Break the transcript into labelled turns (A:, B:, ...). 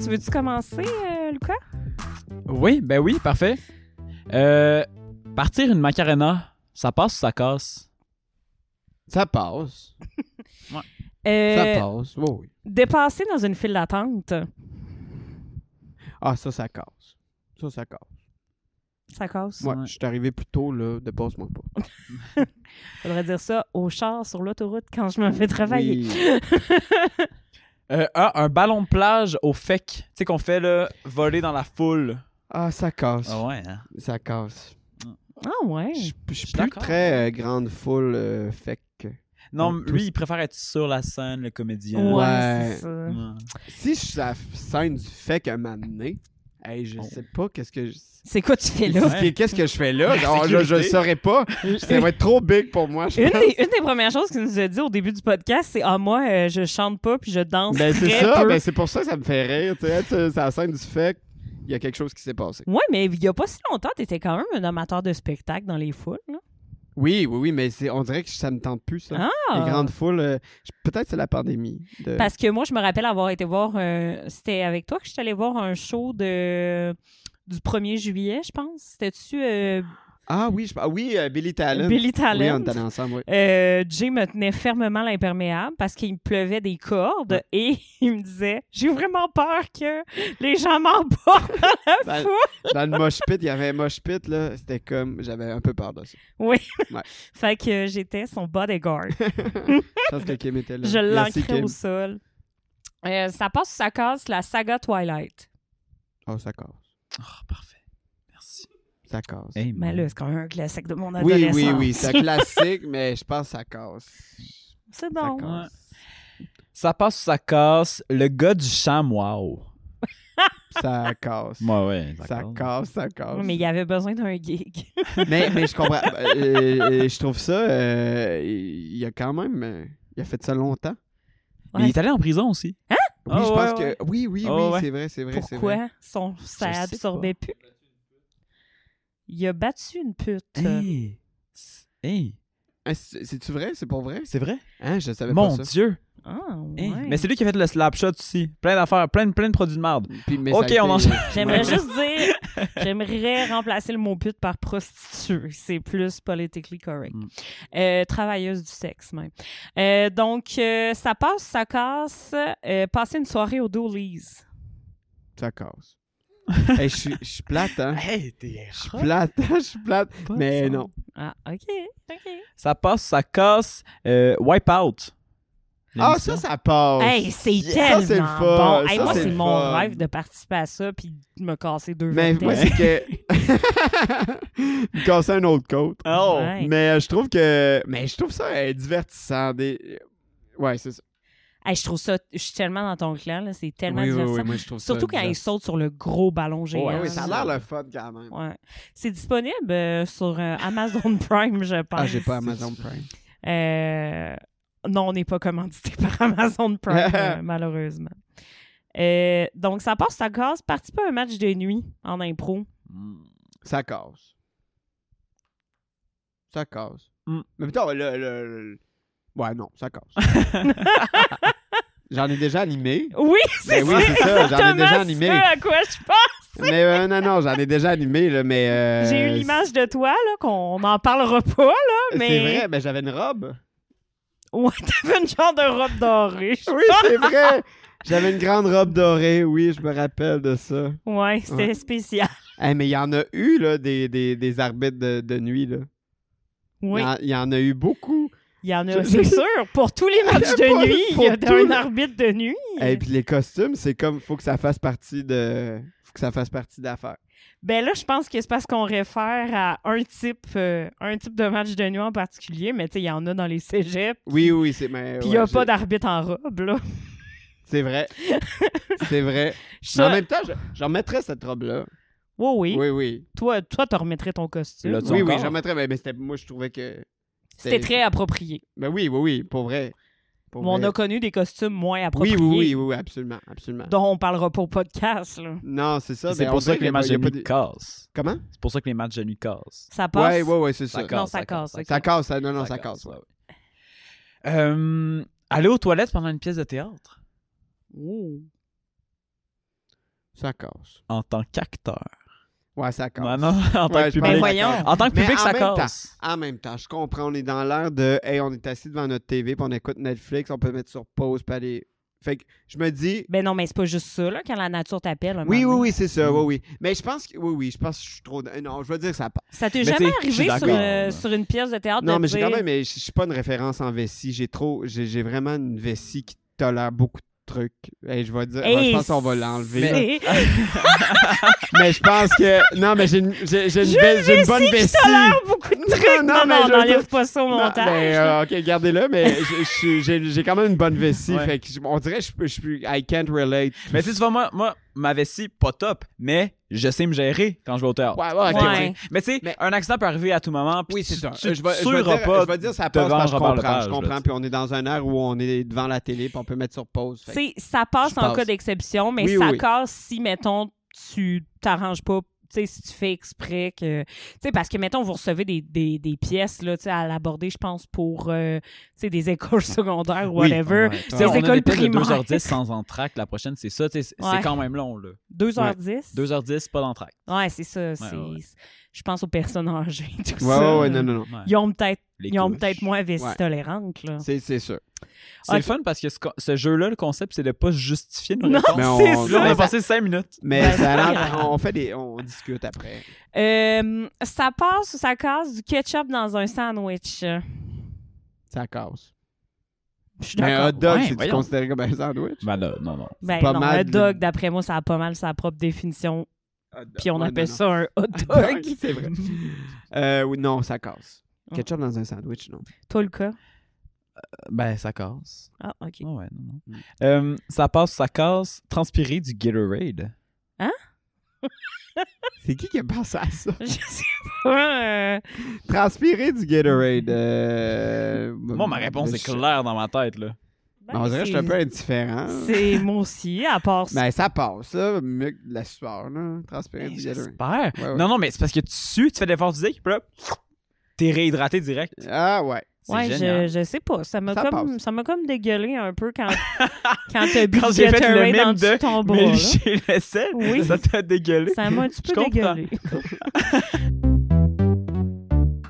A: Tu veux-tu commencer, euh, Lucas?
B: Oui, ben oui, parfait. Euh, partir une macarena, ça passe ou ça casse?
C: Ça passe.
A: Euh,
C: Ça passe. Oui, oui.
A: Dépasser dans une file d'attente,
C: Ah, ça, ça casse. Ça, ça casse.
A: ça casse.
C: Moi,
B: Ouais.
C: je suis arrivé plus tôt, là. Dépasse-moi pas.
A: Faudrait dire ça au char sur l'autoroute quand je me fais travailler.
C: Oui.
B: Euh, un, un ballon de plage au fake. Tu sais qu'on fait le voler dans la foule.
C: Ah, ça casse.
B: ouais, hein?
C: Ça casse.
A: Ah ouais.
C: Je suis- je suis plus
B: d'accord.
C: très euh, grande foule euh, fait que.
B: Non,
C: Donc,
B: lui, il préfère être sur la scène, le comédien.
A: Ouais,
C: Ouais.
A: c'est ça.
B: Ouais.
C: Si je suis à la scène du fait qu'à un moment donné, hey, je
B: Oh.
C: sais pas qu'est-ce que je...
A: C'est quoi tu fais là?
B: Ouais.
C: Qu'est- Qu'est-ce que je fais là?
B: La
C: Genre, je, je le
B: sécurité.
C: saurais pas. Ça va être trop big pour moi. Je
A: Une
C: pense.
A: des, une des premières choses qu'il nous a dit au début du podcast, c'est Ah, moi, euh, je chante pas puis je danse.
C: Ben, c'est
A: très
C: ça.
A: peu.
C: Ben, c'est pour ça que ça me fait rire. Tu sais, c'est la scène du fait qu'il y a quelque chose qui s'est passé.
A: Ouais, mais il y a pas si longtemps, t'étais quand même un amateur de spectacle dans les foules. là.
C: Oui, oui, oui, mais c'est- on dirait que ça me tente plus, ça.
A: Ah!
C: Les grandes foules, euh, je- peut-être c'est la pandémie. de-
A: Parce que moi, je me rappelle avoir été voir. un- C'était avec toi que je suis allée voir un show de du 1er juillet, je pense. C'était-tu euh,
C: Ah oui, je... ah, oui euh, Billy Talent.
A: Billy
C: Oui,
A: Talent?
C: on est allés ensemble, oui.
A: Euh, Jay me tenait fermement l'imperméable parce qu'il me pleuvait des cordes et il me disait J'ai vraiment peur que les gens m'emportent dans la
C: Ben-
A: foule.
C: Dans le mosh pit, il y avait un mosh pit, là. C'était comme... J'avais un peu peur de ça.
A: Oui.
C: Ouais.
A: fait que j'étais son bodyguard.
C: Je pense que Kim était là.
A: Je
C: Ben, Merci,
A: l'ancrais
C: Kim.
A: au sol. Euh, ça passe ou ça casse la saga Twilight.
C: Oh, ça casse.
B: Oh, parfait. Merci.
C: Ça casse.
B: Hey,
A: Mais
B: man.
A: Ben là, c'est quand même un classique de mon
C: Oui,
A: adolescence.
C: oui, oui. C'est classique, mais je pense que ça casse.
A: C'est
C: Ça
A: bon.
C: casse.
B: Ça passe ou ça casse? Le gars du champ, wow.
C: Ça casse.
B: Ouais, Bah ouais.
C: Ça
B: d'accord.
C: casse, ça casse.
A: Oui, Mais il y avait besoin d'un gig.
C: mais, mais je comprends. Euh, euh, je trouve ça. euh, il il a quand même. euh, il a fait ça longtemps.
B: Mais il est allé en prison aussi.
C: Oui,
B: Ah,
C: je
B: ouais,
C: pense
B: ouais.
C: que. Oui, oui,
B: Ah,
C: oui,
B: ouais.
C: c'est vrai, c'est vrai. c'est vrai.
A: Pourquoi Son,
B: Je sais
A: ça
B: pas.
A: absorbait plus? Il a battu une pute.
B: Hey. C'est- hey.
C: Hein, c'est- C'est-tu vrai? C'est pas vrai?
B: C'est vrai?
C: Hein, je savais
B: Mon
C: pas ça.
B: Dieu.
A: Ah, ouais.
B: Hey.
C: Hein?
B: Mais c'est lui qui a fait le slap shot aussi. Plein d'affaires, plein, de- plein de produits de merde.
C: Puis, mais
B: Ok,
C: ça a
B: on
C: été-
A: J'aimerais juste dire, j'aimerais remplacer le mot pute par prostituée. C'est plus politically correct.
B: Mm.
A: Euh, travailleuse du sexe, même. Euh, donc, euh, ça passe, ça casse. Euh, passer une soirée au Doolies.
C: Ça casse. Hey, je suis- je suis plate, hein?
B: Hey, t'es
C: Je suis plate, hein, je suis plate. Mais non.
A: Ah, OK. OK.
B: Ça passe, ça casse. Euh, Wipeout.
C: Ah, ça, ça passe.
A: Hey, c'est
C: Ça,
A: tellement
C: c'est le fun.
A: bon. Hey,
C: Ça,
A: moi,
C: c'est
A: c'est
C: le
A: mon
C: fun.
A: rêve de participer à ça puis de me casser deux
C: Mais
A: vertèbres.
C: moi, c'est que. Il cassait un autre côte.
B: Oh!
A: Ouais.
C: Mais euh, je trouve que. Mais je trouve ça euh, divertissant. Des... euh, Ouais, c'est ça.
A: Hey, je trouve ça... Je suis tellement dans ton clan, là. C'est tellement divertissant.
C: moi, je trouve
A: Surtout quand ils sautent sur le gros ballon géant.
B: Ouais,
C: Oui, ça a
A: là.
C: l'air le fun quand même.
A: Ouais. C'est disponible euh, sur euh, Amazon Prime, je pense.
C: Ah, j'ai pas Amazon Prime.
A: Euh, non, on n'est pas commandité par Amazon Prime, euh, malheureusement. Euh, donc, ça passe, ça casse. Participer à un match de nuit en impro.
B: Mm.
C: Ça casse. Ça casse.
B: Mm.
C: Mais putain, le, le- le- Ouais, non, ça casse. J'en ai déjà animé.
A: Oui, c'est
C: Ben oui, c'est ça, j'en ai
A: exactement
C: déjà animé.
A: ce à quoi je pense.
C: mais euh, non, non, j'en ai déjà animé, là, mais. euh,
A: J'ai eu l'image de toi, là, qu'on n'en parlera pas, là.
C: C'est
A: mais-
C: vrai, mais j'avais une robe.
A: Ouais, t'avais une genre de robe dorée. je
C: Oui, c'est vrai. J'avais une grande robe dorée, oui, je me rappelle de ça.
A: Ouais, c'était
C: Ouais.
A: spécial.
C: Hey, mais il y en a eu, là, des, des, des arbitres de, de nuit, là. Il
A: Oui,
C: y en- Il y, en a eu beaucoup.
A: il y en a,
C: Je-
A: c'est sûr. Pour tous les matchs de
C: Pour-
A: nuit, il y a
C: pour
A: un
C: tout le-
A: arbitre de nuit.
C: Et Eh, puis les costumes, c'est comme, faut que ça fasse partie de... Faut que ça fasse partie d'affaires.
A: Ben là, je pense que c'est parce qu'on réfère à un type, euh, un type de match de nuit en particulier, mais tu sais, il y en a dans les cégeps.
C: Oui, oui, c'est... Mais,
A: Puis il n'y a
C: ouais,
A: pas
C: j'ai-
A: d'arbitre en robe, là.
C: C'est vrai. c'est vrai. Mais
A: Ça-
C: en même temps, je, je remettrais cette robe-là.
A: Oui, oui.
C: Oui, oui.
A: Toi, toi, tu remettrais ton costume.
B: Là, tu-
C: Oui, oui,
B: encore?
C: je remettrais. Mais, mais c'était- moi, je trouvais que...
A: C'était très approprié.
C: Ben oui, oui, oui, pour vrai. Pour
A: Mais on
C: vrai.
A: a connu des costumes moins
C: Oui,
A: appropriés.
C: oui, oui, oui, oui, absolument, absolument.
A: Dont on parlera pas au podcast, là.
C: Non, c'est ça.
B: C'est
C: mais on
B: pour ça
C: dirait
B: que
C: qu'il y
B: les
C: a pas-
B: matchs de
C: il y a
B: nuit
C: pas de-
B: cassent.
C: Comment?
B: C'est pour ça que les matchs de nuit cassent.
A: Ça passe?
C: Ouais, ouais, ouais, c'est ça.
B: Ça casse,
A: non, ça casse, ça
B: ça
C: Ça casse, ah, non, non, ça casse. ouais.
B: ouais, ouais. Euh, aller aux toilettes pendant une pièce de théâtre.
A: Oh.
C: Ça casse.
B: en tant qu'acteur.
C: Ouais, ça casse.
B: Non, non, en tant
C: Ouais,
B: que
C: je pense
A: Ben
B: public.
C: que ça
A: voyons.
C: casse.
B: En tant que
C: Mais
B: public,
C: en
B: ça
C: même
B: casse.
C: En même temps, je comprends, on est dans l'ère de Hey, on est assis devant notre TV, puis on écoute Netflix, on peut mettre sur pause, puis aller. Fait que je me dis.
A: Ben non, mais c'est pas juste ça, là, quand la nature t'appelle. un
C: Oui, oui,
A: moment donné.
C: oui, c'est ça,
B: Mm.
C: oui, oui. Mais je pense que. Oui, oui, je pense que je suis trop. Non, je veux dire que ça passe.
A: Ça t'est
B: Mais
A: jamais
B: t'sais, je suis
A: arrivé sur,
B: d'accord,
A: euh,
B: là.
A: sur une pièce de théâtre
C: Non,
A: de
C: mais j'ai
A: dire-
C: quand même. mais Je je suis pas une référence en vessie. J'ai trop. J'ai j'ai vraiment une vessie qui tolère beaucoup de trucs. Hey, je vais dire.
A: Hey,
C: je pense qu'on va l'enlever. Mais...
A: c'est-
C: je pense que. Non, mais j'ai une, j'ai- j'ai une
A: J'ai une
C: veste- j'ai une bonne vessie.
A: Ah, beaucoup de
C: Non,
A: trucs. Non, non,
C: non, mais
A: on
C: je veux
A: n'enlève
C: dire-
A: pas ça au
C: Non,
A: montage.
C: ben, euh, ok, gardez-le, mais je- je suis- j'ai j'ai quand même une bonne vessie.
B: Ouais.
C: Fait que je- on dirait que je, peux- je peux- I can't relate.
B: Mais tu sais, tu vois, moi, moi, ma vessie, pas top, mais je sais me gérer quand je vais au théâtre.
C: Ouais, ouais,
B: Fait
C: ok,
B: que,
A: Ouais.
B: tu sais, Ah, Mais tu sais,
C: Mais-
B: un accident peut arriver à tout moment. puis
C: Oui,
B: tu-
C: c'est ça.
B: Tu,
C: Je vais, je
B: tueras
C: vais dire,
B: pas.
C: je vais dire ça passe
B: devant
C: parce que je
B: Robert
C: comprends.
B: Lepage,
C: je
B: là,
C: comprends.
B: tu
C: Puis on est dans un air où on est devant la télé, puis on peut mettre sur pause. Fait que-
A: T'sais, ça passe
C: Je
A: en
C: pense.
A: cas d'exception, mais
C: Oui,
A: ça
C: oui.
A: casse si, mettons, tu t'arranges pas. t'sais, si tu fais exprès que. t'sais, parce que, mettons, vous recevez des, des, des pièces là, t'sais, à l'aborder, je pense, pour euh, t'sais, des écoles secondaires ou
B: Oui,
A: whatever.
B: ouais. Tu
A: les
B: sais, on a
A: écoles
B: des tests
A: primaires.
B: de 2h10 sans entracte. La prochaine, c'est ça. tu sais, C'est c'est
A: Ouais.
B: quand même long, là.
A: 2h10.
B: 2h10 pas d'entracte.
A: Ouais, c'est ça. c'est-
B: ouais.
A: Je pense aux personnes âgées. Tout
C: Ouais,
A: ça,
C: ouais, ouais,
A: là.
C: non, non, non.
B: Ouais.
A: Ils ont peut-être
B: Les
A: ils ont
B: couches.
A: peut-être moins vessie
C: Ouais.
A: tolérante. Là.
C: C'est c'est sûr.
B: C'est le fun parce que ce, co- ce jeu-là, le concept, c'est de pas se justifier nos
A: Non,
B: réponses.
C: Mais on-
A: c'est
B: Là, on
A: ça.
B: a passé 5 minutes.
C: Mais
A: Ben,
C: ça
A: c'est
C: l'a-
A: grave.
C: on fait des, on discute après.
A: Euh, ça passe ou ça casse du ketchup dans un sandwich?
C: Ça casse.
A: Je suis
C: Mais
A: d'accord.
C: hot dog,
B: Ouais,
C: c'est
B: voyons.
C: considéré comme un sandwich.
B: Ben là, non, non.
A: Ben
C: pas
A: non,
C: mal
A: un
C: de-
A: dog, d'après moi, ça a pas mal sa propre définition. Puis on appelle ça un hot dog.
C: c'est vrai. Euh, oui, non, ça casse.
A: Ah.
C: Ketchup dans un sandwich, non.
A: Toi, le cas?
B: Ben, ça casse.
A: Ah, OK.
B: Ah ouais, non, non.
C: Mm.
B: Euh, ça passe, ça casse. Transpirer du Gatorade.
C: C'est qui qui a pensé à ça?
A: Je sais pas. euh,
C: Transpirer du Gatorade. euh,
B: Moi, ma réponse est
C: je-
B: claire dans ma tête, là.
A: ben,
C: On dirait que je suis un peu indifférent.
A: c'est- C'est moi aussi, à part ça.
C: Ben, ça passe, là. Mieux que de la sueur, là. Transpirer
B: Ben,
C: du Gatorade.
B: J'espère.
C: Ouais, ouais.
B: Non, non, mais c'est parce que tu sues, tu fais de l'effort physique, puis là, t'es réhydraté direct.
C: Ah, ouais.
B: C'est
A: Ouais,
B: génial.
A: je, je sais pas. Ça m'a
C: Ça
A: comme,
C: passe.
A: ça m'a comme dégueulé un peu quand, quand t'as bu
B: Quand
A: du
B: j'ai fait le
A: Gatorade
B: mème
A: en dessous
B: de
A: de ton bras.
B: Mais
A: là.
B: j'ai le sel,
A: Oui.
B: ça t'a dégueulé.
A: Ça m'a un petit
B: Je
A: peu
B: comprends.
A: dégueulé.